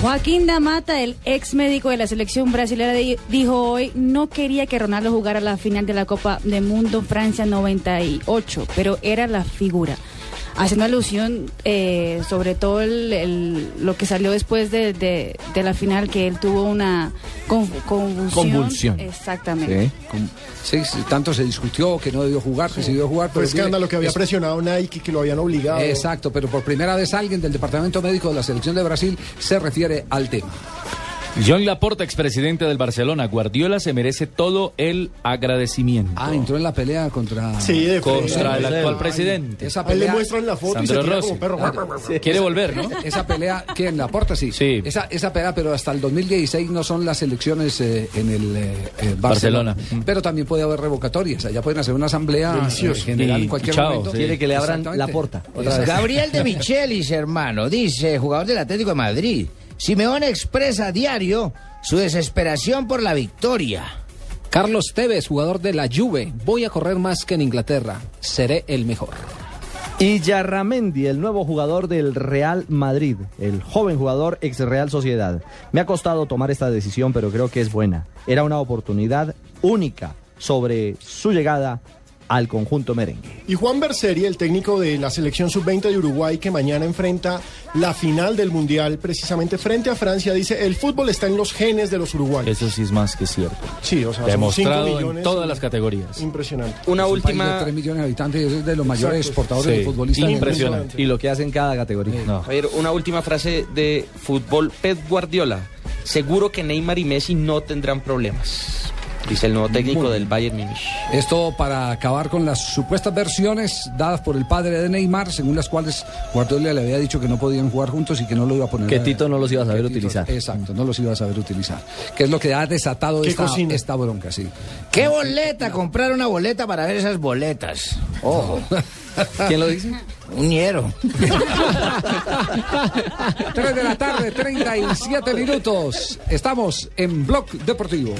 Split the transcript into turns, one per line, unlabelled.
Joaquín Damata, el ex médico de la selección brasileña, di- dijo hoy no quería que Ronaldo jugara la final de la Copa del Mundo Francia 98, pero era la figura. Haciendo alusión eh, sobre todo el- el- lo que salió después de, de- de la final, que él tuvo una con- convulsión.
Convulsión.
Exactamente.
Sí, con- sí, sí, tanto se discutió que no debió jugar, que se debió jugar.
Fue
pero mire,
escándalo que había
es-
presionado Nike, que lo habían obligado.
Exacto, pero por primera vez alguien del Departamento Médico de la Selección de Brasil se refiere al tema.
John Laporta, expresidente del Barcelona, Guardiola se merece todo el agradecimiento.
Ah, entró en la pelea contra...
Sí, de
Contra
frente.
el actual
Ay,
presidente.
Esa
Ahí le
pelea,
muestran la foto y se
Sandro
tira
Rossi.
como perro.
Quiere volver, ¿no?
esa pelea que en la puerta sí.
Sí.
Esa, esa pelea, pero hasta el 2016 no son las elecciones eh, en el eh, eh, Barcelona.
Barcelona.
Pero también puede haber revocatorias. Allá pueden hacer una asamblea eh,
Delicioso.
general
Y-
en cualquier
y chao,
momento.
sí.
Quiere que le abran
Exactamente.
la puerta. otra vez.
Gabriel de Michelis, hermano, dice, jugador del Atlético de Madrid. Simeone expresa a diario su desesperación por la victoria.
Carlos Tevez, jugador de la Juve. Voy a correr más que en Inglaterra. Seré el mejor.
Y Yarramendi, el nuevo jugador del Real Madrid, el joven jugador ex Real Sociedad. Me ha costado tomar esta decisión, pero creo que es buena. Era una oportunidad única sobre su llegada al conjunto merengue.
Y Juan Berseri, el técnico de la selección sub-20 de Uruguay, que mañana enfrenta la final del Mundial, precisamente frente a Francia, dice, el fútbol está en los genes de los uruguayos.
Eso sí es más que cierto.
Sí, o sea, son cinco
Demostrado en
millones.
todas las categorías.
Impresionante.
Una
Es un país de
última,
3 millones de habitantes es de los mayores
Exacto.
exportadores de
Sí,
futbolistas.
Impresionante.
Y lo que hace en cada categoría.
No.
Javier, una última frase de fútbol Pep Guardiola. Seguro que Neymar y Messi no tendrán problemas. Dice el nuevo técnico del Bayern Múnich.
Esto para acabar con las supuestas versiones dadas por el padre de Neymar, según las cuales Guardiola le había dicho que no podían jugar juntos y que no lo iba a poner.
Que
eh,
Tito no los iba a saber
que Tito-
utilizar.
Exacto, no los iba a saber utilizar. Que es lo que ha desatado
¿Qué
esta,
cocina?
esta bronca, sí.
¿Qué boleta? Comprar una boleta para ver esas boletas. Ojo,
¿Quién lo dice?
un ñero.
3 de la tarde, 37 minutos. Estamos en Blog Deportivo.